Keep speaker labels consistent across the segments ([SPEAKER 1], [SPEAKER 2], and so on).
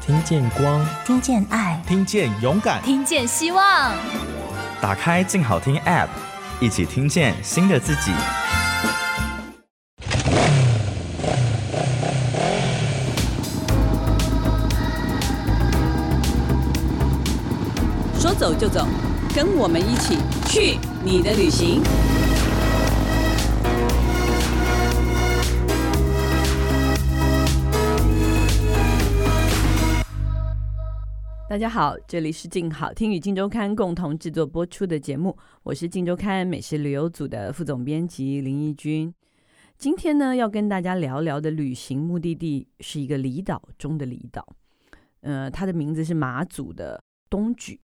[SPEAKER 1] 听见光，
[SPEAKER 2] 听见爱，
[SPEAKER 3] 听见勇敢，
[SPEAKER 4] 听见希望。
[SPEAKER 5] 打开静好听 App，一起听见新的自己。
[SPEAKER 6] 说走就走，跟我们一起去你的旅行。大家好，这里是静好听与静周刊共同制作播出的节目，我是静周刊美食旅游组的副总编辑林义君。今天呢，要跟大家聊聊的旅行目的地是一个离岛中的离岛，呃，它的名字是马祖的东莒。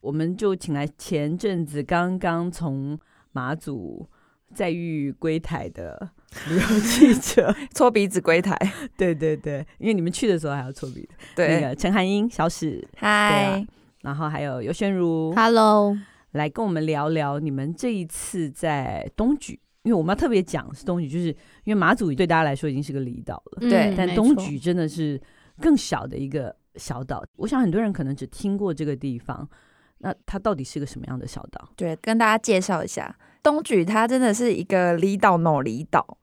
[SPEAKER 6] 我们就请来前阵子刚刚从马祖再遇归台的旅游记者，
[SPEAKER 7] 搓鼻子归台，
[SPEAKER 6] 对对对，因为你们去的时候还要搓鼻子。那
[SPEAKER 7] 对，
[SPEAKER 6] 个陈涵英、小史，
[SPEAKER 7] 嗨，
[SPEAKER 6] 然后还有尤宣如，
[SPEAKER 8] Hello，
[SPEAKER 6] 来跟我们聊聊你们这一次在东莒，因为我们要特别讲是东莒，就是因为马祖对大家来说已经是个离岛
[SPEAKER 4] 嗯
[SPEAKER 6] 了，
[SPEAKER 7] 对
[SPEAKER 6] 但东莒真的是更小的一个小岛。我想很多人可能只听过这个地方，那它到底是个什么样的小岛？
[SPEAKER 7] 对，跟大家介绍一下，东莒它真的是一个离岛 no 离岛，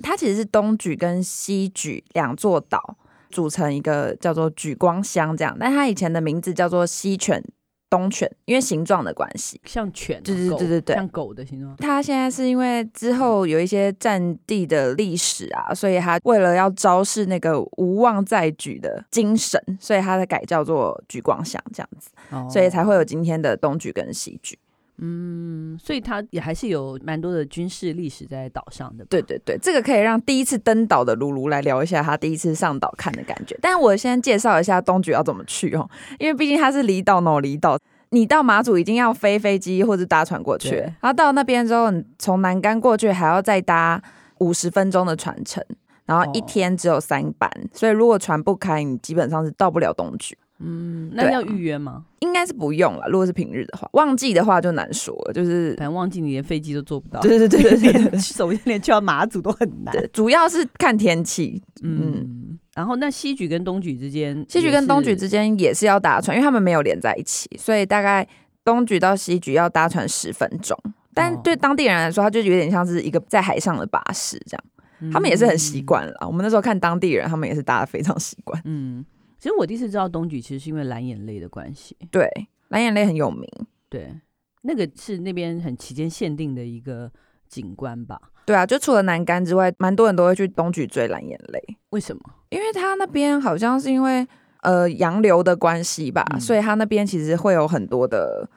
[SPEAKER 7] 它其实是东莒跟西莒两座岛组成一个叫做莒光乡这样，但它以前的名字叫做西犬、东犬，因为形状的关系。
[SPEAKER 6] 像犬啊、
[SPEAKER 7] 对对
[SPEAKER 6] 狗
[SPEAKER 7] 对对对
[SPEAKER 6] 像狗的形状。
[SPEAKER 7] 它现在是因为之后有一些战地的历史啊，所以它为了要昭示那个无忘在举的精神，所以它才改叫做举光乡这样子，
[SPEAKER 6] 哦
[SPEAKER 7] 所以才会有今天的东举跟西举。
[SPEAKER 6] 嗯，所以它也还是有蛮多的军事历史在岛上的吧。
[SPEAKER 7] 对对对，这个可以让第一次登岛的卢卢来聊一下他第一次上岛看的感觉。但我先介绍一下东莒要怎么去哦，因为毕竟它是离岛喏，离岛。你到马祖一定要飞飞机或者搭船过去
[SPEAKER 6] 对，
[SPEAKER 7] 然后到那边之后，你从南竿过去还要再搭五十分钟的船程，然后一
[SPEAKER 6] 哦
[SPEAKER 7] 天只有三班，所以如果船不开，你基本上是到不了东莒。
[SPEAKER 6] 嗯，
[SPEAKER 7] 对
[SPEAKER 6] 那
[SPEAKER 7] 啊
[SPEAKER 6] 要预约吗？
[SPEAKER 7] 应该是不用了，如果是平日的话，旺季的话就难说了，就是
[SPEAKER 6] 反正忘记你连飞机都坐不到，
[SPEAKER 7] 对对对对对对
[SPEAKER 6] 连 去首先连去到马祖都很难。
[SPEAKER 7] 对，主要是看天气，
[SPEAKER 6] 嗯，然后那西莒跟东莒之间，
[SPEAKER 7] 西莒跟东莒之间也是要搭船，因为他们没有连在一起，所以大概东莒到西莒要搭船十分钟。但
[SPEAKER 6] 哦
[SPEAKER 7] 对当地人来说，它就有点像是一个在海上的巴士这样，
[SPEAKER 6] 间
[SPEAKER 7] 他们也是很习。惯了。我们那时候看当地人，他们也是搭的非常习 惯。
[SPEAKER 6] 嗯，嗯其实我第一次知道东莒，其实是因为蓝眼泪的关系。
[SPEAKER 7] 对，蓝眼泪很有名，
[SPEAKER 6] 对，那个是那边很期间限定的一个景观吧？
[SPEAKER 7] 对啊，就除了南竿之外，蛮多人都会去东莒追蓝眼泪，
[SPEAKER 6] 为什么？
[SPEAKER 7] 因为它那边好像是因为呃洋流的关系吧，
[SPEAKER 6] 嗯
[SPEAKER 7] 所以它那边其实会有很多的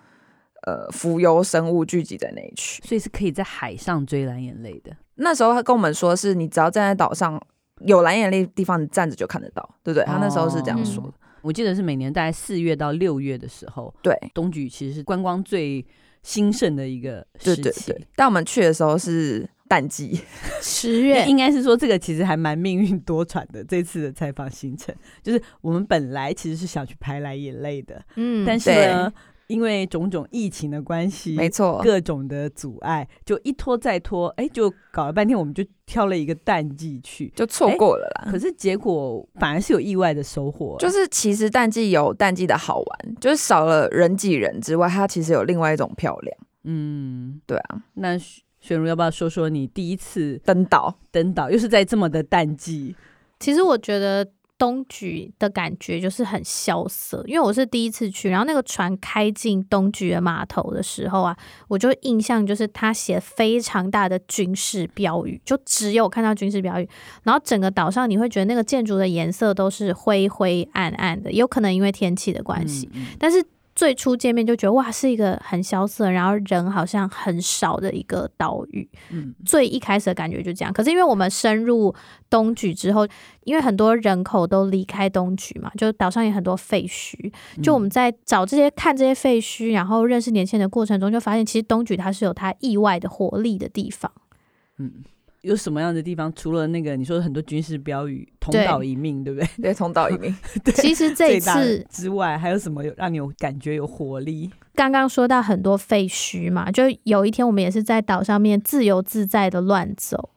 [SPEAKER 7] 呃浮游生物聚集在那一区。
[SPEAKER 6] 所以是可以在海上追蓝眼泪的。
[SPEAKER 7] 那时候他跟我们说，是你只要站在岛上有蓝眼泪的地方，你站着就看得到，对不对？他那时候是这样说的。
[SPEAKER 6] 哦我记得是每年大概四月到六月的时候，
[SPEAKER 7] 对
[SPEAKER 6] 东莒其实是观光最兴盛的一个时
[SPEAKER 7] 对
[SPEAKER 6] 期。
[SPEAKER 7] 对对，但我们去的时候是淡季，
[SPEAKER 8] 十月
[SPEAKER 6] 应该是说这个其实还蛮命运多舛的。这次的采访行程，就是我们本来其实是想去排来眼泪的，
[SPEAKER 8] 嗯
[SPEAKER 6] 但是呢，因为种种疫情的关系，
[SPEAKER 7] 没错，
[SPEAKER 6] 各种的阻碍，就一拖再拖，哎、就搞了半天，我们就挑了一个淡季去。
[SPEAKER 7] 就错过了啦。
[SPEAKER 6] 可是结果反而是有意外的收获、
[SPEAKER 7] 啊就是是其实淡季有淡季的好玩，就是少了人挤人之外，它其实有另外一种漂亮。
[SPEAKER 6] 嗯，
[SPEAKER 7] 对啊，
[SPEAKER 6] 那雪雪茹要不要说说你第一次
[SPEAKER 7] 登岛
[SPEAKER 6] 登岛，又是在这么的淡季？
[SPEAKER 8] 其实我觉得东莒的感觉就是很萧瑟，因为我是第一次去，然后那个船开进东莒的码头的时候啊，我就印象就是他写非常大的军事标语，就只有看到军事标语，然后整个岛上你会觉得那个建筑的颜色都是灰灰暗暗的，有可能因为天气的关系，
[SPEAKER 6] 嗯嗯
[SPEAKER 8] 但是最初见面就觉得哇，是一个很萧瑟，然后人好像很少的一个岛屿。
[SPEAKER 6] 嗯
[SPEAKER 8] 最一开始的感觉就这样。可是因为我们深入东莒之后，因为很多人口都离开东莒嘛，就岛上也很多废墟。
[SPEAKER 6] 嗯
[SPEAKER 8] 就我们在找这些看这些废墟，然后认识年轻人的过程中，就发现其实东莒它是有它意外的活力的地方。
[SPEAKER 6] 嗯，有什么样的地方？除了那个你说很多军事标语“同
[SPEAKER 8] 对
[SPEAKER 6] 岛一命”，对不对？
[SPEAKER 7] 对同岛移民，
[SPEAKER 8] 其实这
[SPEAKER 6] 最
[SPEAKER 8] 一
[SPEAKER 6] 大
[SPEAKER 8] 次
[SPEAKER 6] 之外，还有什么有让你有感觉有活力？
[SPEAKER 8] 刚刚说到很多废墟嘛，就有一天我们也是在岛上面自由自在的乱走，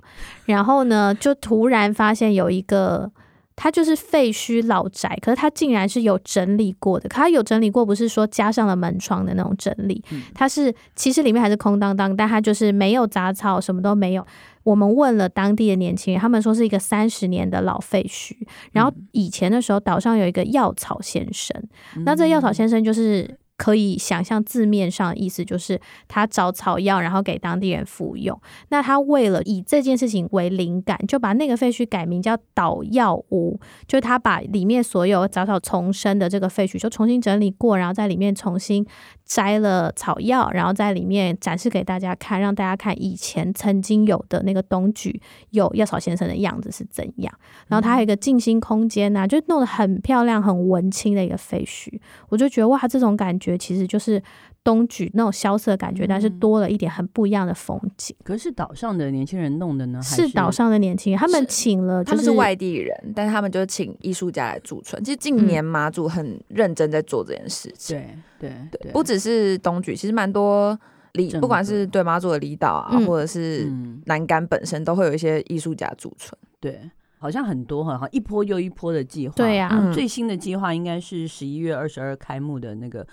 [SPEAKER 8] 然后呢，就突然发现有一个它就是废墟老宅，可是它竟然是有整理过的。可它有整理过，不是说加上了门窗的那种整理，它是其实里面还是空荡荡，但它就是没有杂草，什么都没有。我们问了当地的年轻人，他们说是一个三十年的老废墟。然后以前的时候，岛上有一个药草先生，那这个
[SPEAKER 6] 嗯
[SPEAKER 8] 药草先生就是可以想象字面上的意思，就是他找草药，然后给当地人服用。那他为了以这件事情为灵感，就把那个废墟改名叫岛药屋，就是他把里面所有杂草丛生的这个废墟就重新整理过，然后在里面重新摘了草药，然后在里面展示给大家看，让大家看以前曾经有的那个东莒有药草先生的样子是怎样。然后它还有一个静心空间呐、就弄得很漂亮、很文青的一个废墟。我就觉得哇，这种感觉其实就是东莒那种萧瑟的感觉，但是
[SPEAKER 7] 嗯
[SPEAKER 8] 多了一点很不一样的风景。
[SPEAKER 6] 可是岛上的年轻人弄的呢？还
[SPEAKER 8] 是岛上的年轻人，他们请了、
[SPEAKER 7] 他
[SPEAKER 8] 就是，
[SPEAKER 7] 们是外地人，但他们就请艺术家来驻村。其实近年马祖很认真在做这件事情，
[SPEAKER 6] 对对
[SPEAKER 7] 对，不只是东莒，其实蛮多离，
[SPEAKER 6] 整个
[SPEAKER 7] 不管是对马祖的离岛啊，
[SPEAKER 8] 嗯
[SPEAKER 7] 或者是
[SPEAKER 6] 嗯
[SPEAKER 7] 南竿本身，都会有一些艺术家驻村。
[SPEAKER 6] 对，好像很多哈，好像一波又一波的计划。
[SPEAKER 8] 对啊呀、
[SPEAKER 7] 嗯
[SPEAKER 6] 最新的计划应该是十一月二十二开幕的那个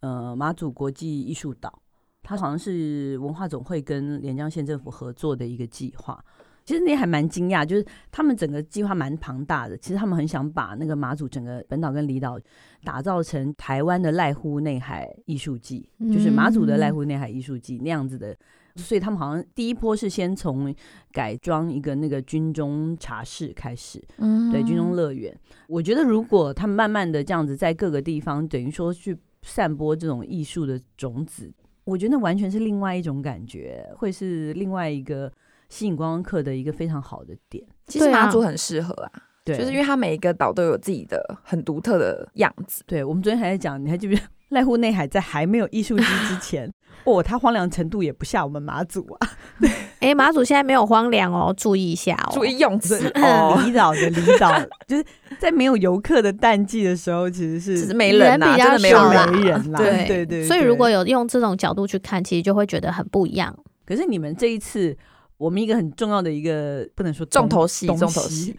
[SPEAKER 6] 呃马祖国际艺术岛，它好像是文化总会跟连江县政府合作的一个计划。其实你还蛮惊讶，就是他们整个计划蛮庞大的。其实他们很想把那个马祖整个本岛跟离岛打造成台湾的濑户内海艺术季，就是马祖的濑户内海艺术季那样子的。所以他们好像第一波是先从改装一个那个军中茶室开始，
[SPEAKER 7] 嗯
[SPEAKER 6] 对，军中乐园。我觉得如果他们慢慢的这样子在各个地方，等于说去散播这种艺术的种子，我觉得那完全是另外一种感觉，会是另外一个吸引观光客的一个非常好的点。
[SPEAKER 7] 其实
[SPEAKER 8] 对啊
[SPEAKER 7] 马祖很适合啊，
[SPEAKER 6] 对，
[SPEAKER 7] 就是因为它每一个岛都有自己的很独特的样子。
[SPEAKER 6] 对我们昨天还在讲，你还记不记得 濑户内海在还没有艺术季之前，哦，它荒凉程度也不下我们马祖啊。
[SPEAKER 8] 哎、马祖现在没有荒凉哦，注意一下哦。
[SPEAKER 7] 注意用
[SPEAKER 6] 所 以
[SPEAKER 7] 词哦，
[SPEAKER 6] 离岛的离岛，就是在没有游客的淡季的时候，其实
[SPEAKER 7] 只是
[SPEAKER 6] 是
[SPEAKER 7] 没人呐、
[SPEAKER 8] 人比较
[SPEAKER 7] 真的没有
[SPEAKER 8] 少啦
[SPEAKER 7] 人。
[SPEAKER 6] 没人啦。
[SPEAKER 8] 对
[SPEAKER 6] 对对，
[SPEAKER 8] 所以
[SPEAKER 6] 对
[SPEAKER 8] 如果有用这种角度去看，其实就会觉得很不一样。
[SPEAKER 6] 可是你们这一次，我们一个很重要的一个不能说
[SPEAKER 7] 重
[SPEAKER 6] 东
[SPEAKER 7] 头戏，重
[SPEAKER 6] 东
[SPEAKER 7] 头
[SPEAKER 6] 西
[SPEAKER 7] 戏，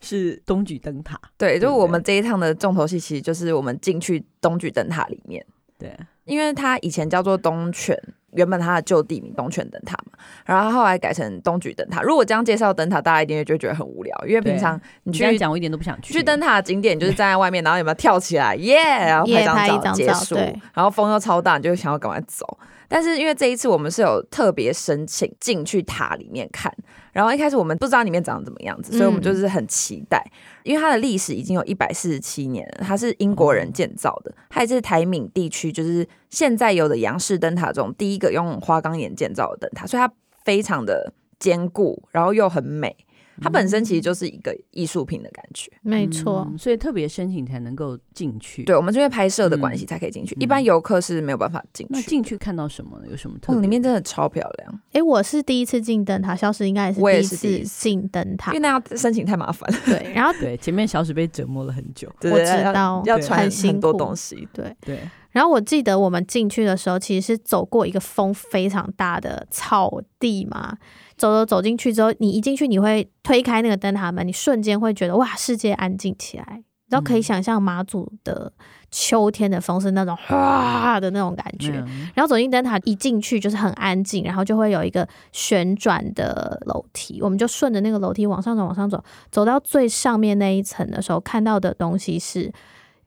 [SPEAKER 6] 是东莒灯塔，
[SPEAKER 7] 对，
[SPEAKER 6] 对
[SPEAKER 7] 就
[SPEAKER 6] 不对
[SPEAKER 7] 我们这一趟的重头戏，其实就是我们进去东莒灯塔里面，
[SPEAKER 6] 对，
[SPEAKER 7] 因为它以前叫做东泉，原本它的旧地名东泉灯塔嘛，然后它后来改成东莒灯塔。如果这样介绍灯塔，大家一定会就觉得很无聊，因为
[SPEAKER 6] 对
[SPEAKER 7] 平常你
[SPEAKER 6] 你
[SPEAKER 7] 去
[SPEAKER 6] 这样讲我一点都不想去
[SPEAKER 7] 去灯塔的景点，你就是站在外面，然后有没有跳起 来，耶、然后
[SPEAKER 8] 耶拍
[SPEAKER 7] 张
[SPEAKER 8] 一张
[SPEAKER 7] 结
[SPEAKER 8] 照
[SPEAKER 7] 束
[SPEAKER 8] 对，
[SPEAKER 7] 然后风又超大，你就想要赶快走。但是因为这一次我们是有特别申请进去塔里面看，然后一开始我们不知道里面长得怎么样子，所以我
[SPEAKER 8] 嗯
[SPEAKER 7] 们就是很期待，因为它的历史已经有一百四十七年了，它是英国人建造的，它也是台闽地区就是现在有的洋式灯塔中第一个用花岗岩建造的灯塔，所以它非常的坚固，然后又很美。
[SPEAKER 6] 嗯
[SPEAKER 7] 它本身
[SPEAKER 8] 嗯
[SPEAKER 7] 其实就是一个艺术品的感觉，
[SPEAKER 8] 没错，
[SPEAKER 6] 嗯所以特别申请才能够进去。，
[SPEAKER 7] 对，我们是因为拍摄的关系才可以进去，一般游客是没有办法进
[SPEAKER 6] 那
[SPEAKER 7] 去。
[SPEAKER 6] 进去看到什么呢？有什么特
[SPEAKER 7] 哦，
[SPEAKER 6] 别？
[SPEAKER 7] 里面真的超漂亮，
[SPEAKER 8] 哎、我是第一次进灯塔，消失应该也是
[SPEAKER 7] 我
[SPEAKER 8] 第
[SPEAKER 7] 也
[SPEAKER 8] 一
[SPEAKER 7] 是第一
[SPEAKER 8] 次
[SPEAKER 7] 次
[SPEAKER 8] 进灯塔
[SPEAKER 7] 因为。那要申请太麻烦了，
[SPEAKER 8] 对，然后
[SPEAKER 6] 对，前面小史被折磨了很久。
[SPEAKER 7] 对
[SPEAKER 8] 我
[SPEAKER 7] 对
[SPEAKER 8] 知
[SPEAKER 7] 要
[SPEAKER 8] 道
[SPEAKER 7] 要
[SPEAKER 6] 对
[SPEAKER 7] 传
[SPEAKER 8] 很辛
[SPEAKER 7] 很多
[SPEAKER 8] 苦
[SPEAKER 7] 东西。
[SPEAKER 8] 对，
[SPEAKER 6] 对，
[SPEAKER 8] 然后我记得我们进去的时候，其实是走过一个风非常大的草地嘛。走走走进去之后，你一进去，你会推开那个灯塔门，你瞬间会觉得哇，世界安静起来。然后可以
[SPEAKER 6] 嗯
[SPEAKER 8] 想象马祖的秋天的风是那种哗的那种感觉，
[SPEAKER 6] 嗯
[SPEAKER 8] 然后走进灯塔，一进去就是很安静，然后就会有一个旋转的楼梯，我们就顺着那个楼梯往上走，往上走，走到最上面那一层的时候，看到的东西是，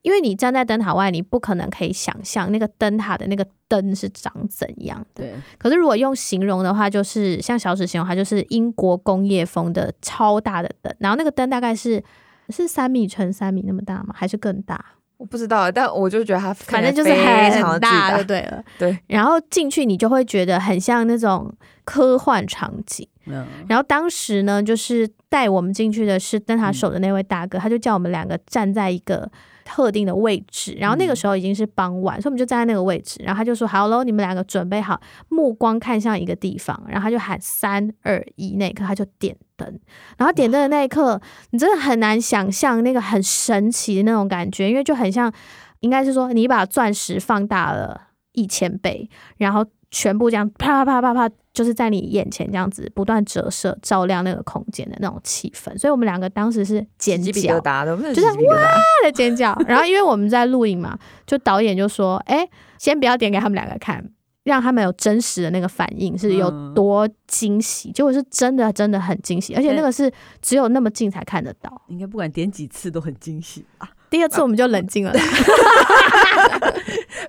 [SPEAKER 8] 因为你站在灯塔外，你不可能可以想象那个灯塔的那个灯是长怎样的。
[SPEAKER 6] 对，
[SPEAKER 8] 可是如果用形容的话，就是像小史形容，它就是英国工业风的超大的灯，然后那个灯大概是是三米乘三米那么大吗？还是更大？
[SPEAKER 7] 我不知道，但我就觉得它
[SPEAKER 8] 反
[SPEAKER 7] 看起来
[SPEAKER 8] 正就是
[SPEAKER 7] 非常
[SPEAKER 8] 很
[SPEAKER 7] 的巨
[SPEAKER 8] 大
[SPEAKER 7] 大
[SPEAKER 8] 就，对了。
[SPEAKER 7] 对，
[SPEAKER 8] 然后进去你就会觉得很像那种科幻场景。
[SPEAKER 6] 嗯，
[SPEAKER 8] 然后当时呢，就是带我们进去的是灯塔手的那位大哥，他就叫我们两个站在一个特定的位置。然后那个时候已经是傍晚，所以我们就站在那个位置。然后他就说：“好喽，你们两个准备好，目光看向一个地方。”然后他就喊“三二一”，那一刻他就点灯。然后点灯的那一刻，你真的很难想象那个很神奇的那种感觉，因为就很像，应该是说你把钻石放大了一千倍，然后全部这样啪啪啪啪啪就是在你眼前这样子不断折射、照亮那个空间的那种气氛。所以我们两个当时是尖
[SPEAKER 7] 鸡皮
[SPEAKER 8] 叫
[SPEAKER 7] 疙，瘩的，我们就
[SPEAKER 8] 就
[SPEAKER 7] 是是鸡皮疙瘩。
[SPEAKER 8] 的尖叫。然后因为我们在录影嘛，就导演就说：“哎、先不要点给他们两个看，让他们有真实的那个反应是有
[SPEAKER 6] 嗯
[SPEAKER 8] 多惊喜。结果是真的真的很惊喜，而且那个是只有那么近才看得到。
[SPEAKER 6] 应该不管点几次都很惊 喜吧？
[SPEAKER 8] 第
[SPEAKER 7] 啊
[SPEAKER 8] 二次我们就冷静了啦，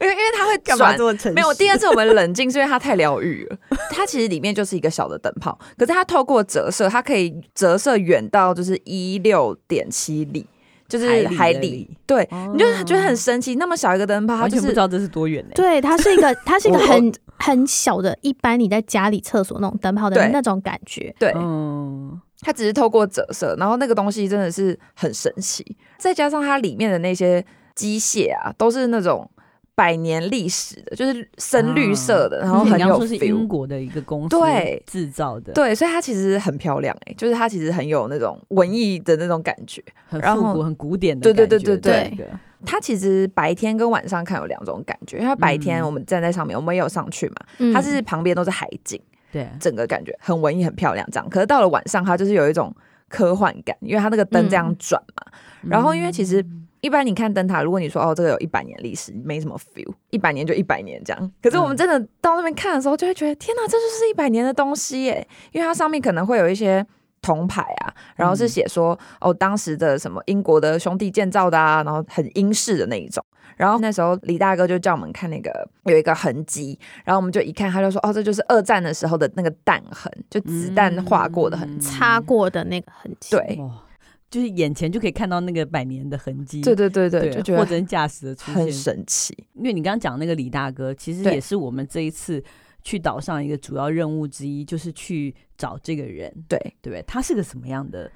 [SPEAKER 7] 因为因为它会
[SPEAKER 6] 干嘛
[SPEAKER 7] 转
[SPEAKER 6] 这么诚实？
[SPEAKER 7] 没有，第二次我们冷静是因为它太疗愈了。 它其实里面就是一个小的灯泡，可是它透过折射，它可以折射远到就是一六点七里，就是
[SPEAKER 6] 海
[SPEAKER 7] 海
[SPEAKER 6] 里的
[SPEAKER 7] 里
[SPEAKER 6] 里。
[SPEAKER 7] 对，
[SPEAKER 6] 哦
[SPEAKER 7] 你就觉得很神奇，那么小一个灯泡，它
[SPEAKER 6] 完
[SPEAKER 7] 就
[SPEAKER 6] 全不
[SPEAKER 7] 是
[SPEAKER 6] 知道这是多远呢、
[SPEAKER 8] 对，它是一个，它是一个
[SPEAKER 7] 我
[SPEAKER 8] 很很小的，一般你在家里厕所那种灯泡的
[SPEAKER 7] 对
[SPEAKER 8] 那种感觉。
[SPEAKER 7] 对，
[SPEAKER 6] 嗯，
[SPEAKER 7] 它只是透过折射，然后那个东西真的是很神奇，再加上它里面的那些机械啊，都是那种百年历史的，就是深绿色的，然后
[SPEAKER 6] 啊你
[SPEAKER 7] 很
[SPEAKER 6] 刚
[SPEAKER 7] 有
[SPEAKER 6] 说是英
[SPEAKER 7] feel。
[SPEAKER 6] 国的一个公司
[SPEAKER 7] 对
[SPEAKER 6] 制造的，，
[SPEAKER 7] 对，所以它其实很漂亮哎、就是它其实很有那种文艺的那种感觉。
[SPEAKER 6] 很
[SPEAKER 7] 然
[SPEAKER 6] 复
[SPEAKER 7] 后
[SPEAKER 6] 古、很古典的
[SPEAKER 7] 对对
[SPEAKER 6] 感觉
[SPEAKER 7] 对对
[SPEAKER 8] 对
[SPEAKER 6] 对的
[SPEAKER 7] 它其实白天跟晚上看有两种感觉，因为它白天
[SPEAKER 6] 嗯
[SPEAKER 7] 我们站在上面，我们也有上去嘛，
[SPEAKER 8] 嗯
[SPEAKER 7] 它是旁边都是海景，
[SPEAKER 6] 对，
[SPEAKER 7] 整个感觉很文艺、很漂亮这样。可是到了晚上，它就是有一种科幻感，因为它那个灯
[SPEAKER 6] 嗯
[SPEAKER 7] 这样转嘛。然后因为其实一般你看灯塔，如果你说哦这个有一百年历史，没什么 feel，一百年就一百年这样。可是我们
[SPEAKER 6] 嗯
[SPEAKER 7] 真的到那边看的时候，就会觉得天哪，这就是一百年的东西耶！因为它上面可能会有一些铜牌啊，然后
[SPEAKER 6] 嗯
[SPEAKER 7] 是写说哦当时的什么英国的兄弟建造的啊，然后很英式的那一种。然后那时候李大哥就叫我们看那个有一个痕迹，然后我们就一看，他就说哦这就是二战的时候的那个弹痕，就子弹划过的痕迹。
[SPEAKER 8] 擦过的那个痕迹。
[SPEAKER 7] 对
[SPEAKER 6] 嗯哇，就是眼前就可以看到那个百年的痕迹，
[SPEAKER 7] 对对对对，
[SPEAKER 6] 对，
[SPEAKER 7] 就觉
[SPEAKER 6] 货
[SPEAKER 7] 得
[SPEAKER 6] 真价实的出
[SPEAKER 7] 很
[SPEAKER 6] 现。
[SPEAKER 7] 神奇。
[SPEAKER 6] 因为你刚刚讲那个李大哥，其实
[SPEAKER 7] 对
[SPEAKER 6] 也是我们这一次去岛上一个主要任务之一，就是去找这个人，
[SPEAKER 7] 对，
[SPEAKER 6] 对不对？他是个什么样的？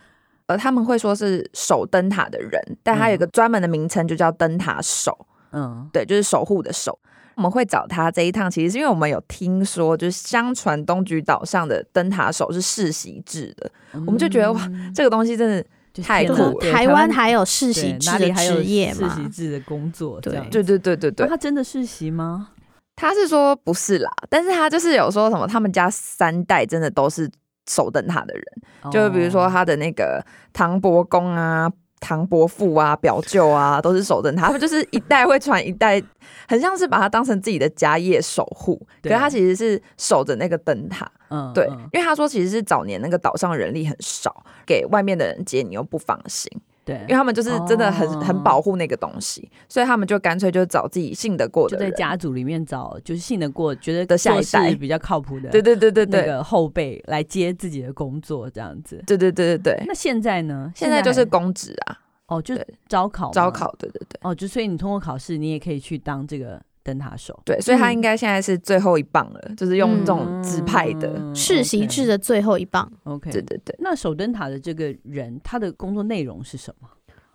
[SPEAKER 7] 呃，他们会说是守灯塔的人，但他有一个专门的名称，就叫灯塔守，
[SPEAKER 6] 嗯，
[SPEAKER 7] 对，就是守护的守。我们会找他这一趟，其实是因为我们有听说，就是相传东莒岛上的灯塔守是世袭制的，
[SPEAKER 6] 我
[SPEAKER 7] 我们就觉得哇，
[SPEAKER 6] 嗯
[SPEAKER 7] 这个东西真的，太
[SPEAKER 8] 就
[SPEAKER 7] 酷
[SPEAKER 8] 是
[SPEAKER 7] 了
[SPEAKER 8] 台湾还有世袭制的职业
[SPEAKER 6] 世袭
[SPEAKER 8] 嘛？
[SPEAKER 6] 制的工作，
[SPEAKER 8] 对
[SPEAKER 6] 这样
[SPEAKER 7] 对对对对
[SPEAKER 6] 那
[SPEAKER 7] 对，
[SPEAKER 6] 他真的世袭吗？
[SPEAKER 7] 他是说不是啦，但是他就是有说什么，他们家三代真的都是守灯塔的人，就比如说
[SPEAKER 6] 哦
[SPEAKER 7] 他的那个唐伯公啊、唐伯父啊、表舅啊，都是守着他，他们就是一代会传一代，很像是把它当成自己的家业守护。可
[SPEAKER 6] 对
[SPEAKER 7] 是他其实是守着那个灯塔，
[SPEAKER 6] 嗯
[SPEAKER 7] 对，
[SPEAKER 6] 嗯
[SPEAKER 7] 因为他说其实是早年那个岛上人力很少，给外面的人接你又不放心，
[SPEAKER 6] 对
[SPEAKER 7] 因为，他们就是真的很、
[SPEAKER 6] 哦
[SPEAKER 7] 很保护那个东西，所以他们就干脆就找自己信得过
[SPEAKER 6] 就
[SPEAKER 7] 的
[SPEAKER 6] 在
[SPEAKER 7] 人。
[SPEAKER 6] 家族里面找就是信得过、觉得
[SPEAKER 7] 的下
[SPEAKER 6] 做
[SPEAKER 7] 一代
[SPEAKER 6] 事比较靠谱的，
[SPEAKER 7] 对对对对对
[SPEAKER 6] 那个后辈来接自己的工作这样子。
[SPEAKER 7] 对对对对对，
[SPEAKER 6] 那现在呢？
[SPEAKER 7] 现在就是
[SPEAKER 6] 还
[SPEAKER 7] 公职啊，
[SPEAKER 6] 哦，就
[SPEAKER 7] 对
[SPEAKER 6] 招考吗
[SPEAKER 7] 招考，对对对。
[SPEAKER 6] 哦，就所以你通过考试，你也可以去当这个灯塔手，
[SPEAKER 7] 对，所以他
[SPEAKER 8] 嗯
[SPEAKER 7] 应该现在是最后一棒了，就是用这种指派的，
[SPEAKER 8] 世袭制的最后一棒。
[SPEAKER 6] OK，,
[SPEAKER 7] 对对对，
[SPEAKER 6] 那守灯塔的这个人，他的工作内容是什么？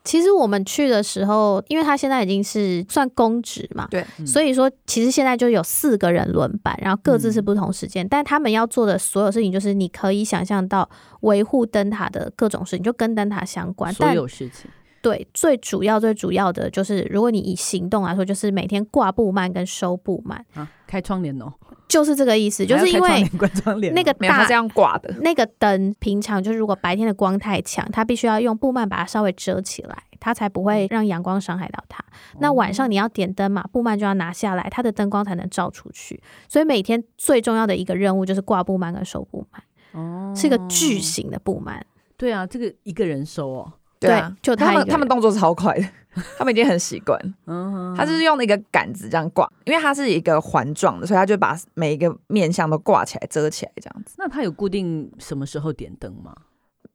[SPEAKER 8] 其实我们去的时候，因为他现在已经是算公职嘛，
[SPEAKER 7] 对
[SPEAKER 6] 嗯
[SPEAKER 8] 所以说其实现在就有四个人轮班，然后各自是不同时间，但他们要做的所有事情，就是你可以想象到维护灯塔的各种事情，就跟灯塔相关。
[SPEAKER 6] 所
[SPEAKER 8] 但
[SPEAKER 6] 有事情，
[SPEAKER 8] 对最主要最主要的就是，如果你以行动来说，就是每天挂布幔跟收布幔，
[SPEAKER 6] 啊，开窗帘哦，
[SPEAKER 8] 就是这个意思，就
[SPEAKER 6] 还要
[SPEAKER 8] 是
[SPEAKER 6] 开
[SPEAKER 8] 因
[SPEAKER 6] 窗
[SPEAKER 8] 为
[SPEAKER 6] 帘关窗帘哦，
[SPEAKER 8] 那个
[SPEAKER 7] 没有他
[SPEAKER 8] 大
[SPEAKER 7] 这样挂的，
[SPEAKER 8] 那个灯平常就是如果白天的光太强，它必须要用布幔把它稍微遮起来，它才
[SPEAKER 6] 嗯
[SPEAKER 8] 不会让阳光伤害到它。那晚
[SPEAKER 6] 哦
[SPEAKER 8] 上你要点灯嘛，布幔就要拿下来，它的灯光才能照出去。所以每天最重要的一个任务就是挂布幔跟收布幔，
[SPEAKER 6] 哦
[SPEAKER 8] 是一个巨，型的布幔。
[SPEAKER 6] 对啊，这个一个人收哦，
[SPEAKER 7] 啊，
[SPEAKER 8] 对就他
[SPEAKER 7] 他
[SPEAKER 8] 一
[SPEAKER 7] 们
[SPEAKER 8] 个
[SPEAKER 7] 他们
[SPEAKER 8] 人
[SPEAKER 7] 动作超快的，他们已经很习惯，
[SPEAKER 6] 嗯，
[SPEAKER 7] 他就是用那个杆子这样挂，因为它是一个环状的，所以他就把每一个面相都挂起来遮起来这样子。
[SPEAKER 6] 那他有固定什么时候点灯吗？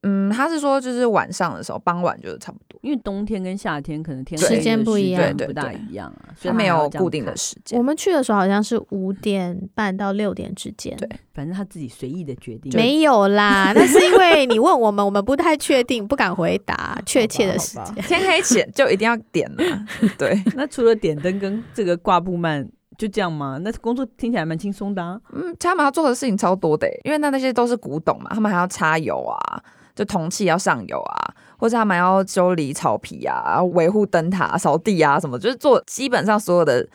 [SPEAKER 7] 嗯，他是说就是晚上的时候，傍晚就是差不多，
[SPEAKER 6] 因为冬天跟夏天可能天
[SPEAKER 7] 对
[SPEAKER 6] 黑的
[SPEAKER 8] 时间不一样
[SPEAKER 6] 时间
[SPEAKER 7] 对对
[SPEAKER 6] 不大
[SPEAKER 7] 对
[SPEAKER 6] 一样啊，所以
[SPEAKER 7] 他没
[SPEAKER 6] 还要
[SPEAKER 7] 有
[SPEAKER 6] 这样
[SPEAKER 7] 固定
[SPEAKER 6] 看
[SPEAKER 7] 的，时间
[SPEAKER 8] 我。们去的时候好像是五点半到六点之间。
[SPEAKER 7] 对
[SPEAKER 6] 反正他自己随意的决定，
[SPEAKER 8] 没有啦，那是因为你问我们，我们不太确定，不敢回答确切的时
[SPEAKER 6] 好吧
[SPEAKER 8] 间。
[SPEAKER 7] 天黑前就一定要点了，对，
[SPEAKER 6] 那除了点灯跟这个挂布幔，就这样吗？那工作听起来蛮轻松的、啊，
[SPEAKER 7] 嗯，他们要做的事情超多的耶，欸因为那那些都是古董嘛，他们还要擦油啊，就铜器要上油啊，或者他们要修理草皮啊，维护灯塔、扫地啊什么，就是做基本上所有的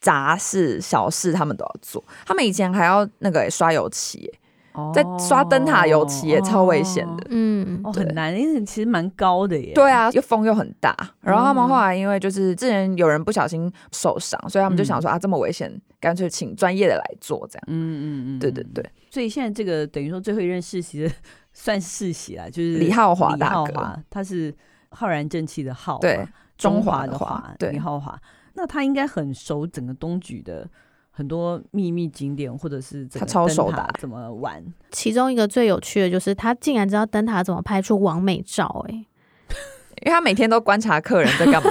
[SPEAKER 7] 杂事、小事他们都要做。他们以前还要那个、欸、刷油漆、欸，
[SPEAKER 6] 哦
[SPEAKER 7] 在刷灯塔油漆耶超危险的
[SPEAKER 8] 嗯
[SPEAKER 6] 哦，哦
[SPEAKER 7] 对
[SPEAKER 6] 很难，因为其实蛮高的耶。
[SPEAKER 7] 对啊，又风又很大。然后他
[SPEAKER 6] 嗯
[SPEAKER 7] 们后来因为就是之前有人不小心受伤，所以他们
[SPEAKER 6] 嗯
[SPEAKER 7] 就想说、啊，这么危险，干脆请专业的来做这样。
[SPEAKER 6] 嗯，嗯嗯嗯，
[SPEAKER 7] 对对对，
[SPEAKER 6] 所以现在这个等于说最会认识习的算世袭啦，就是
[SPEAKER 7] 李浩华
[SPEAKER 6] 李
[SPEAKER 7] 大
[SPEAKER 6] 浩
[SPEAKER 7] 哥
[SPEAKER 6] 华，他是浩然正气的浩嘛，
[SPEAKER 7] 对
[SPEAKER 6] 中
[SPEAKER 7] 中
[SPEAKER 6] 华
[SPEAKER 7] 华
[SPEAKER 6] 的
[SPEAKER 7] 的
[SPEAKER 6] 华
[SPEAKER 7] 华，
[SPEAKER 6] 李
[SPEAKER 7] 对
[SPEAKER 6] 浩华。那他应该很熟整个东莒的很多秘密景点，或者是整个
[SPEAKER 7] 他超
[SPEAKER 6] 灯
[SPEAKER 7] 熟
[SPEAKER 6] 塔
[SPEAKER 7] 的啊
[SPEAKER 6] 怎么玩？
[SPEAKER 8] 其中一个最有趣的就是他竟然知道灯塔怎么拍出完美照、欸，
[SPEAKER 7] 因为他每天都观察客人在干嘛，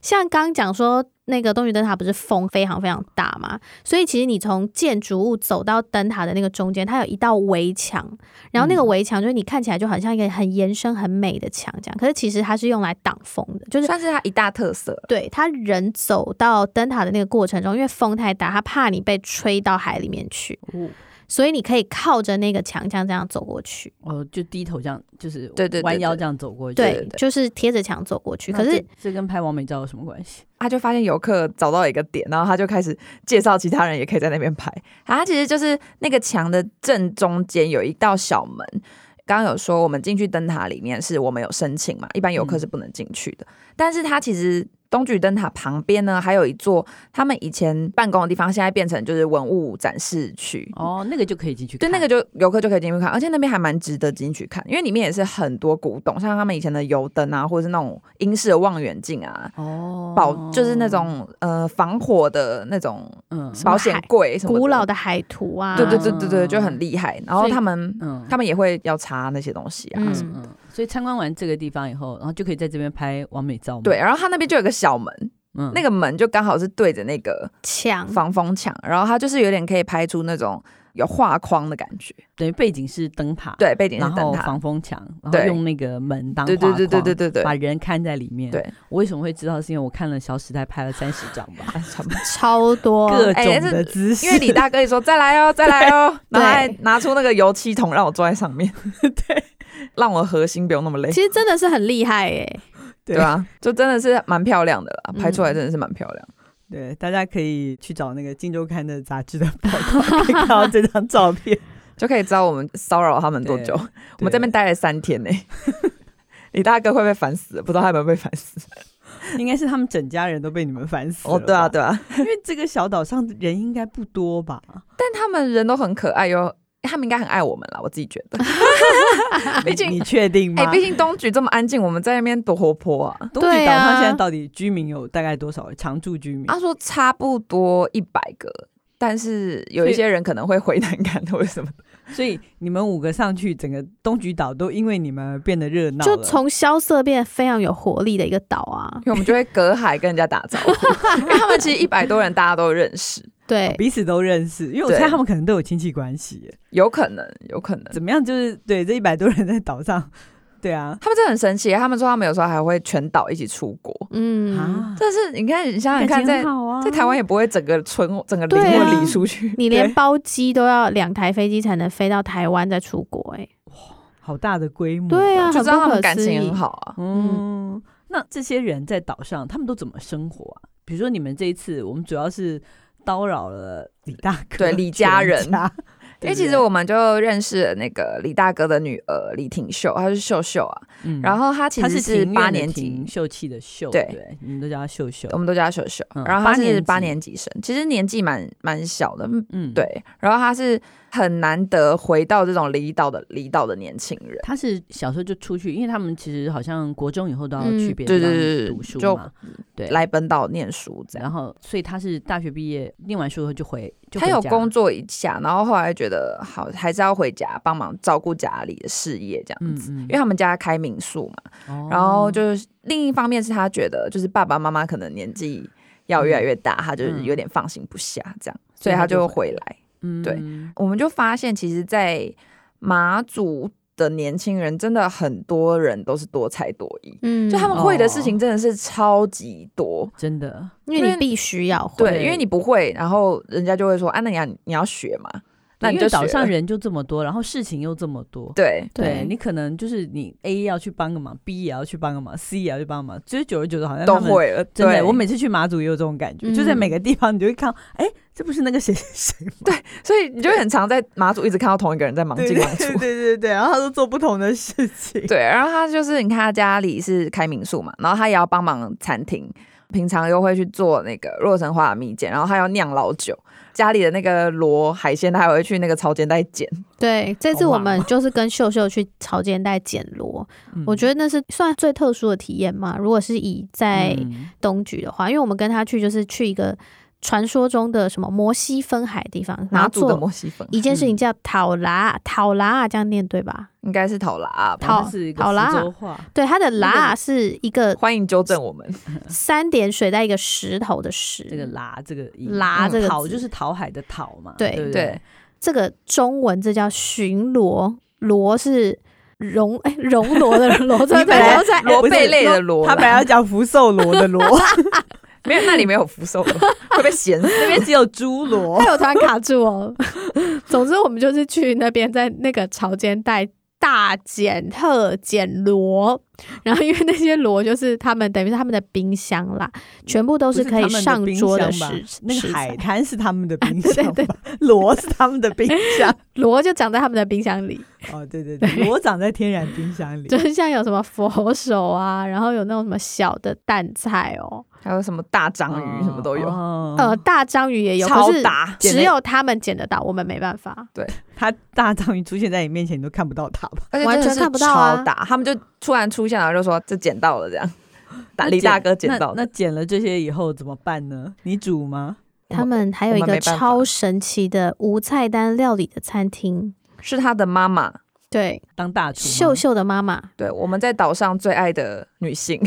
[SPEAKER 8] 像刚刚讲说，那个东莒灯塔不是风非常非常大嘛，所以其实你从建筑物走到灯塔的那个中间，它有一道围墙，
[SPEAKER 6] 嗯
[SPEAKER 8] 然后那个围墙就是你看起来就好像一个很延伸很美的墙这样，可是其实它是用来挡风的，就是
[SPEAKER 7] 算是他一大特色。
[SPEAKER 8] 对他人走到灯塔的那个过程中，因为风太大，他怕你被吹到海里面去，
[SPEAKER 6] 哦
[SPEAKER 8] 所以你可以靠着那个墙这样这样走过去，
[SPEAKER 6] 哦，就低头这样，就是
[SPEAKER 7] 对对对
[SPEAKER 6] 弯腰
[SPEAKER 7] 对
[SPEAKER 6] 这样走过去。
[SPEAKER 8] 对，
[SPEAKER 7] 对对
[SPEAKER 8] 就是贴着墙走过去。
[SPEAKER 6] 那
[SPEAKER 8] 可是
[SPEAKER 6] 这这跟拍完美照有什么关 系？
[SPEAKER 7] 他就发现游客找到一个点，然后他就开始介绍其他人也可以在那边拍。啊他其实就是那个墙的正中间有一道小门。刚刚有说我们进去灯塔里面是我们有申请嘛，一般游客是不能进去的。但是它其实东莒灯塔旁边呢，还有一座他们以前办公的地方，现在变成就是文物展示区。
[SPEAKER 6] 哦，那个就可以进去
[SPEAKER 7] 对，
[SPEAKER 6] 看。
[SPEAKER 7] 那个就游客就可以进去看，而且那边还蛮值得进去看，因为里面也是很多古董，像他们以前的油灯啊，或者是那种英式的望远镜啊，
[SPEAKER 6] 哦，
[SPEAKER 7] 保就是那种呃防火的那种
[SPEAKER 6] 嗯
[SPEAKER 7] 保险柜什么
[SPEAKER 8] 古老
[SPEAKER 7] 的，
[SPEAKER 8] 的海图啊，
[SPEAKER 7] 对对对对对，就很厉害。然后
[SPEAKER 6] 嗯所以
[SPEAKER 7] 他们
[SPEAKER 6] 嗯
[SPEAKER 7] 他们也会要查那些东西啊。
[SPEAKER 8] 嗯
[SPEAKER 6] 嗯嗯，所以参观完这个地方以后，然后就可以在这边拍完美照嘛。
[SPEAKER 7] 对，，然后他那边就有个小门，
[SPEAKER 6] 嗯
[SPEAKER 7] 那个门就刚好是对着那个
[SPEAKER 8] 墙
[SPEAKER 7] 防风墙，然后它就是有点可以拍出那种有画框的感觉。
[SPEAKER 6] 等于背景是灯塔，，
[SPEAKER 7] 对，背景
[SPEAKER 6] 然
[SPEAKER 7] 是灯
[SPEAKER 6] 后
[SPEAKER 7] 塔，
[SPEAKER 6] 防风墙，然后
[SPEAKER 7] 对
[SPEAKER 6] 用那个门当
[SPEAKER 7] 对对对
[SPEAKER 6] 画
[SPEAKER 7] 对
[SPEAKER 6] 框
[SPEAKER 7] 对对对
[SPEAKER 6] 把，人看在里面。
[SPEAKER 7] 对，
[SPEAKER 6] 我为什么会知道？是因为我看了《小时代》拍了三十张吧，
[SPEAKER 7] 差不多
[SPEAKER 8] 超多，
[SPEAKER 6] 各
[SPEAKER 7] 哎
[SPEAKER 6] 种
[SPEAKER 7] 但是
[SPEAKER 6] 的姿势。
[SPEAKER 7] 因为李大哥一说再来 哦，再来哦，
[SPEAKER 8] 对
[SPEAKER 7] 然后还拿出那个油漆桶让我坐在上面， 对，让我核心不用那么累。
[SPEAKER 8] 其实真的是很厉害哎、
[SPEAKER 6] 对
[SPEAKER 7] 对啊，就真的是蛮漂亮的啦，
[SPEAKER 8] 嗯
[SPEAKER 7] 拍出来真的是蛮漂亮。
[SPEAKER 6] 对大家可以去找那个《金周刊》的杂志的报道，可以看到这张照 片。
[SPEAKER 7] 就可以知道我们骚扰他们多久。 我们这边待了三天呢、 李大哥会被烦死，不知道他有没有被烦死。
[SPEAKER 6] 应该是他们整家人都被你们烦死了
[SPEAKER 7] 哦，对
[SPEAKER 6] 吧，
[SPEAKER 7] 啊，对啊，
[SPEAKER 6] 因为这个小岛上人应该不多吧？
[SPEAKER 7] 但他们人都很可爱哟，他们应该很爱我们啦，我自己 觉得。毕
[SPEAKER 6] 你
[SPEAKER 7] 竟，
[SPEAKER 6] 确定
[SPEAKER 7] 哎、
[SPEAKER 6] 吗？
[SPEAKER 7] 毕竟东莒这么安静，我们在那边多活泼啊！
[SPEAKER 6] 东
[SPEAKER 8] 对
[SPEAKER 6] 莒岛上
[SPEAKER 8] 啊
[SPEAKER 6] 现在到底居民有大概多少常住居民？
[SPEAKER 7] 他说差不多一百个，但是有一些人可能会回南港或者什么的。
[SPEAKER 6] 所以你们五个上去，整个东莒岛都因为你们而变得热闹了。
[SPEAKER 8] 就从萧瑟变得非常有活力的一个岛啊
[SPEAKER 7] 因。为我们就会隔海跟人家打招 呼，因为他们其实一百多人大家都认识，
[SPEAKER 8] 对，
[SPEAKER 6] 彼此都认识，因为我
[SPEAKER 7] 对
[SPEAKER 6] 猜他们可能都有亲戚关系耶。
[SPEAKER 7] 有可能，有可能。
[SPEAKER 6] 怎么样？就是对这一百多人在岛上， 对啊，
[SPEAKER 7] 他们真的很神奇，他们说他们有时候还会全岛一起出国，
[SPEAKER 8] 嗯，
[SPEAKER 6] 啊，
[SPEAKER 7] 但是你看，你想想
[SPEAKER 6] 感
[SPEAKER 7] 看
[SPEAKER 6] 情
[SPEAKER 7] 在，在、
[SPEAKER 6] 好啊，
[SPEAKER 7] 台湾也不会整个村、整个邻
[SPEAKER 8] 对啊
[SPEAKER 7] 或理出去。
[SPEAKER 8] 你
[SPEAKER 6] 对
[SPEAKER 8] 连包机都要两台飞机才能飞到台湾再出国、欸，哎，
[SPEAKER 6] 好大的规模，
[SPEAKER 8] 对啊，
[SPEAKER 7] 就
[SPEAKER 8] 很
[SPEAKER 7] 知道他
[SPEAKER 8] 不
[SPEAKER 7] 们
[SPEAKER 8] 可
[SPEAKER 7] 感
[SPEAKER 8] 思
[SPEAKER 7] 情
[SPEAKER 8] 议
[SPEAKER 7] 很。好啊，
[SPEAKER 6] 嗯，那这些人在岛上，他们都怎么生活啊？比如说你们这一次，我们主要是叨扰了李大哥，哎
[SPEAKER 7] 对李家人因
[SPEAKER 6] 因
[SPEAKER 7] 为其实我们就认识了那个李大哥的女儿李婷秀，她是秀秀啊，然后她其
[SPEAKER 6] 嗯他
[SPEAKER 7] 实
[SPEAKER 6] 是庭
[SPEAKER 7] 八
[SPEAKER 6] 院的
[SPEAKER 7] 年级
[SPEAKER 6] 庭，秀气的秀，
[SPEAKER 7] 对
[SPEAKER 6] 对，你们都叫他秀秀
[SPEAKER 7] 我，们都叫她秀秀，
[SPEAKER 6] 嗯
[SPEAKER 7] 然后她是
[SPEAKER 6] 八
[SPEAKER 7] 八
[SPEAKER 6] 年
[SPEAKER 7] 年级生，其实年纪蛮蛮小的，嗯
[SPEAKER 6] 嗯，。
[SPEAKER 7] 对，然后她是很难得回到这种离岛的离岛的年轻人。
[SPEAKER 6] 他是小时候就出去，因为他们其实好像国中以后都要
[SPEAKER 8] 嗯
[SPEAKER 6] 去别的
[SPEAKER 7] 对
[SPEAKER 6] 地
[SPEAKER 7] 对对
[SPEAKER 6] 方
[SPEAKER 7] 对
[SPEAKER 6] 读书
[SPEAKER 7] 就
[SPEAKER 6] 嘛，对，
[SPEAKER 7] 来本岛念书，这样
[SPEAKER 6] 然后所以他是大学毕业念完书以后就回，就
[SPEAKER 7] 他
[SPEAKER 6] 回
[SPEAKER 7] 有
[SPEAKER 6] 家
[SPEAKER 7] 工作一下，然后后来觉得好，还是要回家帮忙照顾家里的事业这样子，
[SPEAKER 6] 嗯嗯
[SPEAKER 7] 因为他们家开民宿嘛。
[SPEAKER 6] 哦
[SPEAKER 7] 然后就是另一方面是他觉得，就是爸爸妈妈可能年纪要
[SPEAKER 6] 嗯
[SPEAKER 7] 越来越大，他就是有点放心不下这样，所以他就回来。
[SPEAKER 6] 嗯
[SPEAKER 7] 对我们就发现，其实，在马祖的年轻人真的很多人都是多才多艺。
[SPEAKER 8] 嗯，
[SPEAKER 7] 就他们会的事
[SPEAKER 6] 哦
[SPEAKER 7] 情真的是超级多，
[SPEAKER 6] 真的
[SPEAKER 8] 嗯因为
[SPEAKER 7] 因
[SPEAKER 8] 你
[SPEAKER 7] 为
[SPEAKER 8] 必须要会，
[SPEAKER 7] 对，因为你不会，然后人家就会说：“啊，那你要你要学嘛。”
[SPEAKER 6] 对
[SPEAKER 7] 那你
[SPEAKER 6] 因为
[SPEAKER 7] 就
[SPEAKER 6] 岛
[SPEAKER 7] 学
[SPEAKER 6] 上
[SPEAKER 7] 了
[SPEAKER 6] 人就这么多，然后事情又这么多，
[SPEAKER 7] 对
[SPEAKER 6] 对
[SPEAKER 8] 对
[SPEAKER 6] 你可能就是你 A 要去帮个忙，B 也要去帮个忙，C 也要去帮个忙，其实久而久之好像
[SPEAKER 7] 都
[SPEAKER 6] 他们
[SPEAKER 7] 会了。
[SPEAKER 6] 真
[SPEAKER 7] 对
[SPEAKER 6] 的，我每次去马祖也有这种感觉，就在
[SPEAKER 8] 嗯
[SPEAKER 6] 每个地方你就会看到，哎、这不是那个谁谁 谁吗？
[SPEAKER 7] 所以你就会很常在马祖一直看到同一个人在忙
[SPEAKER 6] 对
[SPEAKER 7] 进忙出
[SPEAKER 6] 对。对对对，然后他都做不同的事情。
[SPEAKER 7] 对，然后他就是你看他家里是开民宿嘛，然后他也要帮忙餐厅，平常又会去做那个洛神花的蜜饯，然后他要酿老酒，家里的那个螺海鲜他还会去那个潮间带捡。
[SPEAKER 8] 对，这次
[SPEAKER 6] 好
[SPEAKER 8] 我
[SPEAKER 6] 棒哦
[SPEAKER 8] 们就是跟秀秀去潮间带捡螺，
[SPEAKER 6] 嗯
[SPEAKER 8] 我觉得那是算最特殊的体验嘛。如果是以在
[SPEAKER 6] 嗯
[SPEAKER 8] 东局的话，因为我们跟他去就是去一个传说中的什么摩西分海的地方，
[SPEAKER 7] 马
[SPEAKER 8] 然后
[SPEAKER 7] 祖的
[SPEAKER 8] 做
[SPEAKER 7] 摩西粉
[SPEAKER 8] 一件事情叫讨拉，讨拉这样念对吧？
[SPEAKER 7] 应该是讨啦吧，
[SPEAKER 8] 讨
[SPEAKER 6] 它是一个
[SPEAKER 8] 好啦
[SPEAKER 6] 福州话，
[SPEAKER 8] 对，它的
[SPEAKER 7] 那
[SPEAKER 8] 拉是一个
[SPEAKER 7] 欢迎纠正我们。
[SPEAKER 8] 三点水在一个石头的石，
[SPEAKER 6] 这个“拉”这个音
[SPEAKER 8] 嗯拉这个
[SPEAKER 6] 讨
[SPEAKER 8] 字
[SPEAKER 6] 就是讨海的讨嘛，
[SPEAKER 8] 对
[SPEAKER 6] 对不
[SPEAKER 7] 对，
[SPEAKER 8] 这个中文这叫巡逻，螺是绒哎绒螺的螺，这
[SPEAKER 7] 你本来螺贝类的螺
[SPEAKER 6] 他
[SPEAKER 7] 啦，
[SPEAKER 6] 本来要讲福寿螺的 螺，
[SPEAKER 7] 没有那里没有福寿螺，会被嫌死。
[SPEAKER 6] 那边只有猪 螺
[SPEAKER 8] 哎，。我突然卡住哦。总之，我们就是去那边，在那个潮间带大捡特捡螺，然后因为那些螺就是他们等于是他们的冰箱啦，全部
[SPEAKER 6] 不
[SPEAKER 8] 都
[SPEAKER 6] 是
[SPEAKER 8] 可以
[SPEAKER 6] 他们的
[SPEAKER 8] 上
[SPEAKER 6] 冰
[SPEAKER 8] 桌的
[SPEAKER 6] 箱吧
[SPEAKER 8] 食
[SPEAKER 6] 那
[SPEAKER 8] 食
[SPEAKER 6] 个海
[SPEAKER 8] 材
[SPEAKER 6] 滩是他们 的冰
[SPEAKER 8] 对对
[SPEAKER 6] 箱
[SPEAKER 8] 对
[SPEAKER 6] 吧， 螺是他们的冰 箱。
[SPEAKER 8] 螺就长在他们的冰箱里，
[SPEAKER 6] 哦，对对对，螺长在天然冰箱里
[SPEAKER 8] 就。是像有什么佛手啊，然后有那种什么小的淡菜哦，
[SPEAKER 7] 还有什么大章鱼什么都有，
[SPEAKER 6] 哦
[SPEAKER 8] 呃，大章鱼也有，
[SPEAKER 7] 超
[SPEAKER 8] 可是
[SPEAKER 7] 大。
[SPEAKER 6] 捡
[SPEAKER 8] 只
[SPEAKER 6] 得
[SPEAKER 8] 有他们捡得到，我们没办法。
[SPEAKER 6] 它大章鱼出现在你面前，你都看不到它吧？
[SPEAKER 7] 而且
[SPEAKER 8] 完
[SPEAKER 7] 真的
[SPEAKER 8] 全
[SPEAKER 7] 是
[SPEAKER 8] 看不到啊
[SPEAKER 7] 超大，他们就突然出现，然后就说这捡到了这样。大
[SPEAKER 6] 那
[SPEAKER 7] 李大哥
[SPEAKER 6] 那
[SPEAKER 7] 捡到的，
[SPEAKER 6] 那捡了这些以后怎么办呢？你煮吗？
[SPEAKER 7] 我
[SPEAKER 8] 他们还有一
[SPEAKER 7] 我们
[SPEAKER 8] 个
[SPEAKER 7] 没办法
[SPEAKER 8] 超神奇的无菜单料理的餐厅，
[SPEAKER 7] 是他的妈妈，
[SPEAKER 8] 对，
[SPEAKER 6] 当大厨吗
[SPEAKER 8] 秀秀的妈妈，
[SPEAKER 7] 对我们在岛上最爱的女性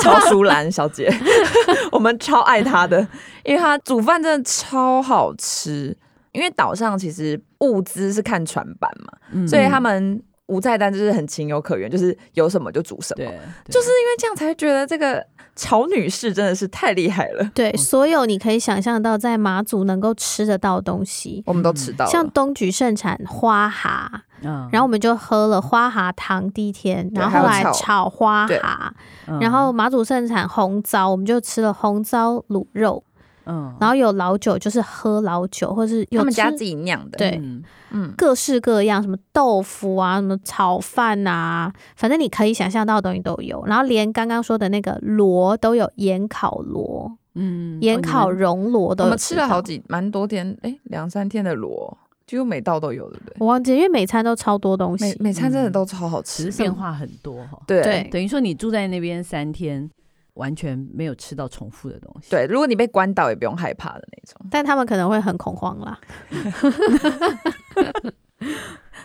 [SPEAKER 7] 乔淑兰小姐， 我们超爱她的，因为她煮饭真的超好吃。因为岛上其实物资是看船板嘛，
[SPEAKER 6] 嗯
[SPEAKER 7] 所以他们无菜单就是很情有可原，就是有什么就煮什么。
[SPEAKER 6] 对
[SPEAKER 7] 因为，就是这样才会觉得这个曹女士真的是太厉害了，
[SPEAKER 8] 对，所有你可以想象到在马祖能够吃得到的东西，
[SPEAKER 7] 我们都吃到了。
[SPEAKER 8] 像东莒盛产花蛤，
[SPEAKER 6] 嗯
[SPEAKER 8] 然后我们就喝了花蛤汤第一天，
[SPEAKER 7] 对
[SPEAKER 8] 然后后
[SPEAKER 7] 还
[SPEAKER 8] 来
[SPEAKER 7] 有炒
[SPEAKER 8] 炒花
[SPEAKER 7] 对
[SPEAKER 8] 蛤，
[SPEAKER 6] 嗯
[SPEAKER 8] 然后马祖盛产红糟，我们就吃了红糟卤肉，
[SPEAKER 6] 嗯
[SPEAKER 8] 然后有老酒，就是喝老酒，或是有
[SPEAKER 7] 他们家
[SPEAKER 8] 吃
[SPEAKER 7] 自己酿的，
[SPEAKER 8] 对
[SPEAKER 6] 嗯
[SPEAKER 7] 嗯，
[SPEAKER 8] 各式各样，什么豆腐啊，什么炒饭啊，反正你可以想象到的东西都有。然后连刚刚说的那个螺都有盐烤螺、
[SPEAKER 6] 嗯
[SPEAKER 8] 盐烤
[SPEAKER 6] 肉。
[SPEAKER 8] 熔螺都
[SPEAKER 7] 哦我
[SPEAKER 8] 有
[SPEAKER 7] 们吃了
[SPEAKER 8] 到
[SPEAKER 7] 好，几蛮多天，哎，两三天的螺，几乎每道都有，对不对？
[SPEAKER 8] 我忘记，因为每餐都超多东
[SPEAKER 7] 每
[SPEAKER 8] 西。
[SPEAKER 7] 每餐真的
[SPEAKER 6] 嗯
[SPEAKER 7] 都超好吃，
[SPEAKER 6] 其实变化很多哈。
[SPEAKER 7] 对
[SPEAKER 8] 对
[SPEAKER 6] 等于说你住在那边三天，完全没有吃到重复的东西。
[SPEAKER 7] 对，如果你被关岛也不用害怕的 那种。
[SPEAKER 8] 但他们可能会很恐慌 啦。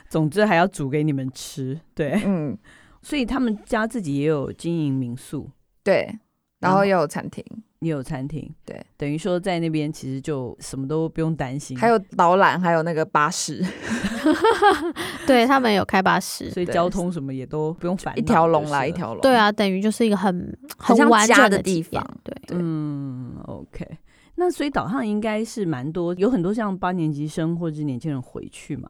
[SPEAKER 6] 总之还要煮给你们吃。对，
[SPEAKER 7] 嗯，
[SPEAKER 6] 所以他们家自己也有经营民宿，
[SPEAKER 7] 对。然后也有餐厅，
[SPEAKER 6] 也有餐厅。
[SPEAKER 7] 对，
[SPEAKER 6] 等于说在那边其实就什么都不用担心。
[SPEAKER 7] 还有导览，还有那个 巴士，
[SPEAKER 8] 对他们有开 巴士，
[SPEAKER 6] 所以
[SPEAKER 7] 对
[SPEAKER 6] 交通什么也都不用烦恼，
[SPEAKER 7] 一条龙
[SPEAKER 6] 就
[SPEAKER 7] 啦，
[SPEAKER 6] 是
[SPEAKER 7] 一
[SPEAKER 6] 了。
[SPEAKER 7] 条龙。
[SPEAKER 8] 对，啊，等于就是一个很
[SPEAKER 7] 很像
[SPEAKER 8] 完
[SPEAKER 7] 家
[SPEAKER 8] 整
[SPEAKER 7] 的
[SPEAKER 8] 体
[SPEAKER 7] 地
[SPEAKER 8] 验
[SPEAKER 7] 方
[SPEAKER 8] 对，
[SPEAKER 7] 对
[SPEAKER 6] 嗯，OK。那所以岛上应该是蛮多，有很多像八年级生或者是年轻人回去嘛。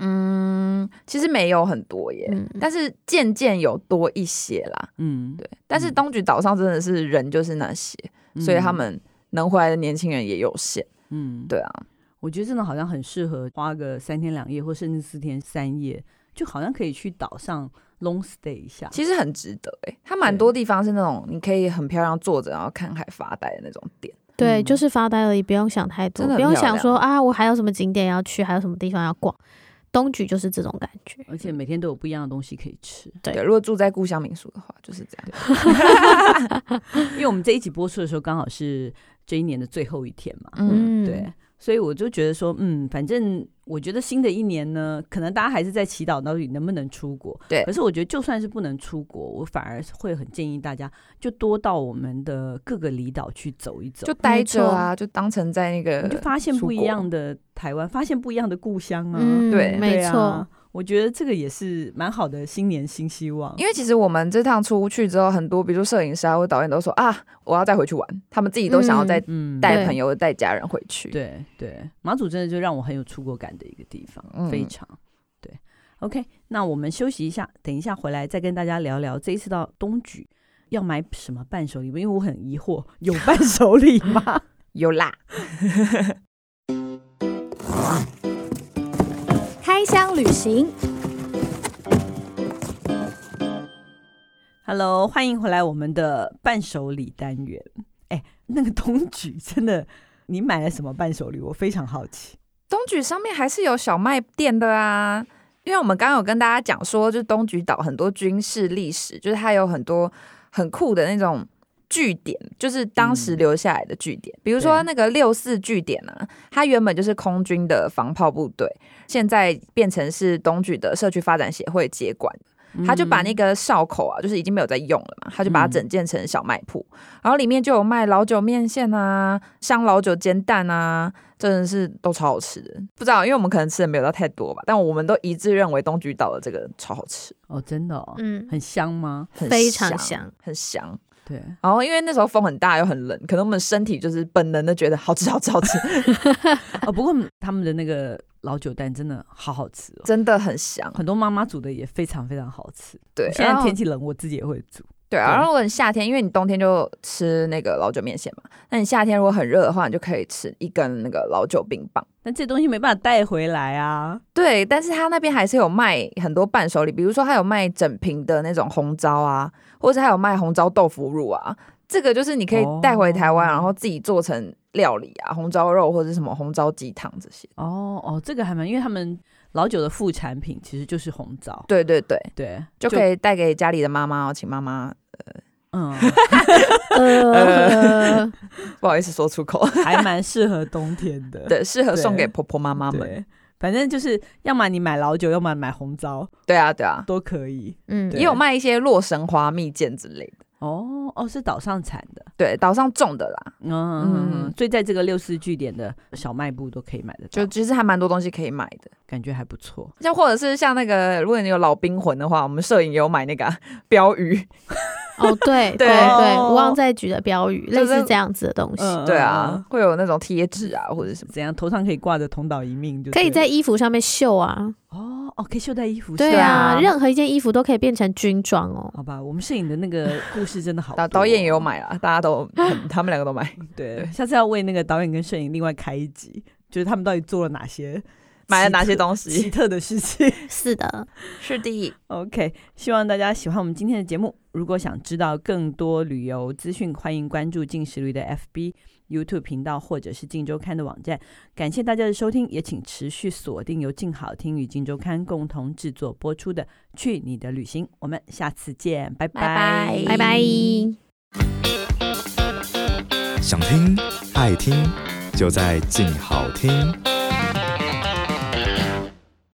[SPEAKER 7] 嗯，其实没有很多耶，
[SPEAKER 8] 嗯，
[SPEAKER 7] 但是渐渐有多一些啦。
[SPEAKER 6] 嗯，
[SPEAKER 7] 对，但是东莒岛上真的是人就是那些，
[SPEAKER 6] 嗯
[SPEAKER 7] 所以他，们能回来的年轻人也有限。
[SPEAKER 6] 嗯，
[SPEAKER 7] 对啊，
[SPEAKER 6] 我觉得真的好像很适合花个三天两夜，或甚至四天三夜，就好像可以去岛上 long stay 一下。
[SPEAKER 7] 其实很值得诶、它蛮多地方是那种你可以很漂亮坐着，然后看海发呆的那种店。
[SPEAKER 8] 对，就
[SPEAKER 6] 嗯
[SPEAKER 8] 是发呆而已，不用想太多，
[SPEAKER 7] 真的很
[SPEAKER 8] 不用
[SPEAKER 7] 漂
[SPEAKER 8] 想
[SPEAKER 7] 亮
[SPEAKER 8] 说啊，我还有什么景点要去，还有什么地方要逛。东莒就是这种感觉，
[SPEAKER 6] 而且每天都有不一样的东西可以吃，
[SPEAKER 8] 对
[SPEAKER 7] 对，如果住在故乡民宿的话，就是这样。
[SPEAKER 6] 因为我们这一集播出的时候刚好是这一年的最后一天嘛，
[SPEAKER 7] 嗯，
[SPEAKER 6] 对，所以我就觉得说，嗯，反正我觉得新的一年呢，可能大家还是在祈祷到底能不能出国。
[SPEAKER 7] 对
[SPEAKER 6] 可是我觉得就算是不能出国，我反而会很建议大家就多到我们的各个离岛去走一走
[SPEAKER 7] 就，待着啊，就当成在那个
[SPEAKER 6] 你就发现
[SPEAKER 7] 出
[SPEAKER 6] 不一
[SPEAKER 7] 国
[SPEAKER 6] 样的台湾，发现不一样的故乡啊。
[SPEAKER 8] 嗯，
[SPEAKER 7] 对
[SPEAKER 8] 没
[SPEAKER 6] 对
[SPEAKER 8] 错，
[SPEAKER 6] 啊。我觉得这个也是蛮好的新年新希望。
[SPEAKER 7] 因为其实我们这趟出去之后，很多比如说摄影师啊或导演都说啊，我要再回去玩，他们自己都想要再
[SPEAKER 6] 嗯，
[SPEAKER 7] 带朋友、带家人回去。，
[SPEAKER 6] 对对，马祖真的就让我很有出国感的一个地方，
[SPEAKER 7] 嗯
[SPEAKER 6] 非常对。OK，那我们休息一下，等一下回来再跟大家聊聊这一次到东莒要买什么伴手礼，因为我很疑惑，有伴手礼吗？
[SPEAKER 7] 有啦，
[SPEAKER 8] 开箱旅行，
[SPEAKER 6] Hello，欢迎回来我们的伴手礼单元。哎，那个冬菊真的，你买了什么伴手礼？我非常好奇。
[SPEAKER 7] 东莒上面还是有小卖店的啊。因为我们刚刚有跟大家讲说，就是东莒岛很多军事历史，就是它有很多很酷的那种据点，就是当时
[SPEAKER 6] 嗯
[SPEAKER 7] 留下来的据点。比如说
[SPEAKER 6] 对
[SPEAKER 7] 那个六四据点啊，它原本就是空军的防炮部队，现在变成是东莒的社区发展协会接管。他就把
[SPEAKER 6] 嗯
[SPEAKER 7] 那个哨口啊，就是已经没有在用了嘛，他就把它整建成小卖铺，然后里面就有卖老酒面线啊、香老酒煎蛋啊，真的是都超好吃的。不知道，因为我们可能吃的没有到太多吧，但我们都一致认为东莒岛的这个超好吃，
[SPEAKER 6] 哦，真的哦，
[SPEAKER 8] 嗯，
[SPEAKER 6] 很香吗？
[SPEAKER 7] 很
[SPEAKER 8] 非常
[SPEAKER 7] 香，
[SPEAKER 8] 香。
[SPEAKER 7] 很香。
[SPEAKER 6] 对，
[SPEAKER 7] 然后因为那时候风很大又很冷，可能我们身体就是本能的觉得好吃好吃好吃，
[SPEAKER 6] 哦，不过他们的那个老酒蛋真的好好吃哦，
[SPEAKER 7] 真的很香。
[SPEAKER 6] 很多妈妈煮的也非常非常好吃。
[SPEAKER 7] 对，
[SPEAKER 6] 现在
[SPEAKER 7] 然后
[SPEAKER 6] 天气冷，我自己也会煮。
[SPEAKER 7] 对啊，
[SPEAKER 6] 对
[SPEAKER 7] 然后你夏天，因为你冬天就吃那个老酒面线嘛，那你夏天如果很热的话，你就可以吃一根那个老酒冰棒。
[SPEAKER 6] 但这东西没办法带回来啊。
[SPEAKER 7] 对，但是他那边还是有卖很多伴手礼，比如说他有卖整瓶的那种红糟啊，或者还有卖红糟豆腐乳啊。这个就是你可以带回台湾，
[SPEAKER 6] 哦
[SPEAKER 7] 然后自己做成料理啊，红糟肉或者是什么红糟鸡汤这些。
[SPEAKER 6] 哦哦，这个还蛮，因为他们老酒的副产品其实就是红枣，
[SPEAKER 7] 对对对，
[SPEAKER 6] 对，
[SPEAKER 7] 就可以带给家里的妈妈哦，请妈妈
[SPEAKER 6] 嗯，
[SPEAKER 8] 呃，
[SPEAKER 7] 不好意思说出口，
[SPEAKER 6] 还蛮适合冬天的。
[SPEAKER 7] 对，适合送
[SPEAKER 6] 对
[SPEAKER 7] 给婆婆妈妈们。
[SPEAKER 6] 对，反正就是要么你买老酒，要么买红糟
[SPEAKER 7] 对啊，对啊，
[SPEAKER 6] 都可以。
[SPEAKER 8] 嗯，
[SPEAKER 6] 对
[SPEAKER 7] 也有卖一些洛神花蜜饯之类的，
[SPEAKER 6] 哦哦，是岛上产的，
[SPEAKER 7] 对，岛上种的啦，
[SPEAKER 6] 嗯，
[SPEAKER 7] 嗯
[SPEAKER 6] 所以在这个六四据点的小卖部都可以买得到，
[SPEAKER 7] 就
[SPEAKER 6] 就
[SPEAKER 7] 其实还蛮多东西可以买的。
[SPEAKER 6] 感觉还不错。
[SPEAKER 7] 像或者是像那个，如果你有老兵魂的话，我们摄影有买那个啊、 标语，
[SPEAKER 8] 哦，对
[SPEAKER 7] 对
[SPEAKER 8] 对对，
[SPEAKER 6] 哦
[SPEAKER 8] 无望在举的标语，类
[SPEAKER 7] 就是
[SPEAKER 8] 似这样子的东西，
[SPEAKER 6] 嗯
[SPEAKER 7] 对啊，，会有那种贴纸啊或者什么。
[SPEAKER 6] 怎样头上可以挂着同岛一命就
[SPEAKER 8] 可以
[SPEAKER 6] 对了
[SPEAKER 8] 在衣服上面绣啊，
[SPEAKER 6] 哦哦，可以绣在衣服上。
[SPEAKER 8] 对
[SPEAKER 7] 啊
[SPEAKER 8] 啊，任何一件衣服都可以变成军装哦。
[SPEAKER 6] 好吧，我们摄影的那个故事真的好多
[SPEAKER 7] 导
[SPEAKER 6] 哦，
[SPEAKER 7] 导演也有买啊，大家都很他们两个都买，
[SPEAKER 6] 对，下次要为那个导演跟摄影另外开一集，就是他们到底做了哪些
[SPEAKER 7] 买了哪些
[SPEAKER 6] 奇特
[SPEAKER 7] 东
[SPEAKER 6] 奇
[SPEAKER 7] 西？
[SPEAKER 6] 特的事情。
[SPEAKER 8] 是的，
[SPEAKER 7] 是的，
[SPEAKER 6] OK，希望大家喜欢我们今天的节目。如果想知道更多旅游资讯，欢迎关注“进食旅”的 FB、YouTube 频道或者是《静周刊》的网站。感谢大家的收听，也请持续锁定由静好听与《静周刊》共同制作播出的《去你的旅行》。我们下次见，拜拜，
[SPEAKER 8] 拜拜。
[SPEAKER 5] 想听爱听，就在静好听。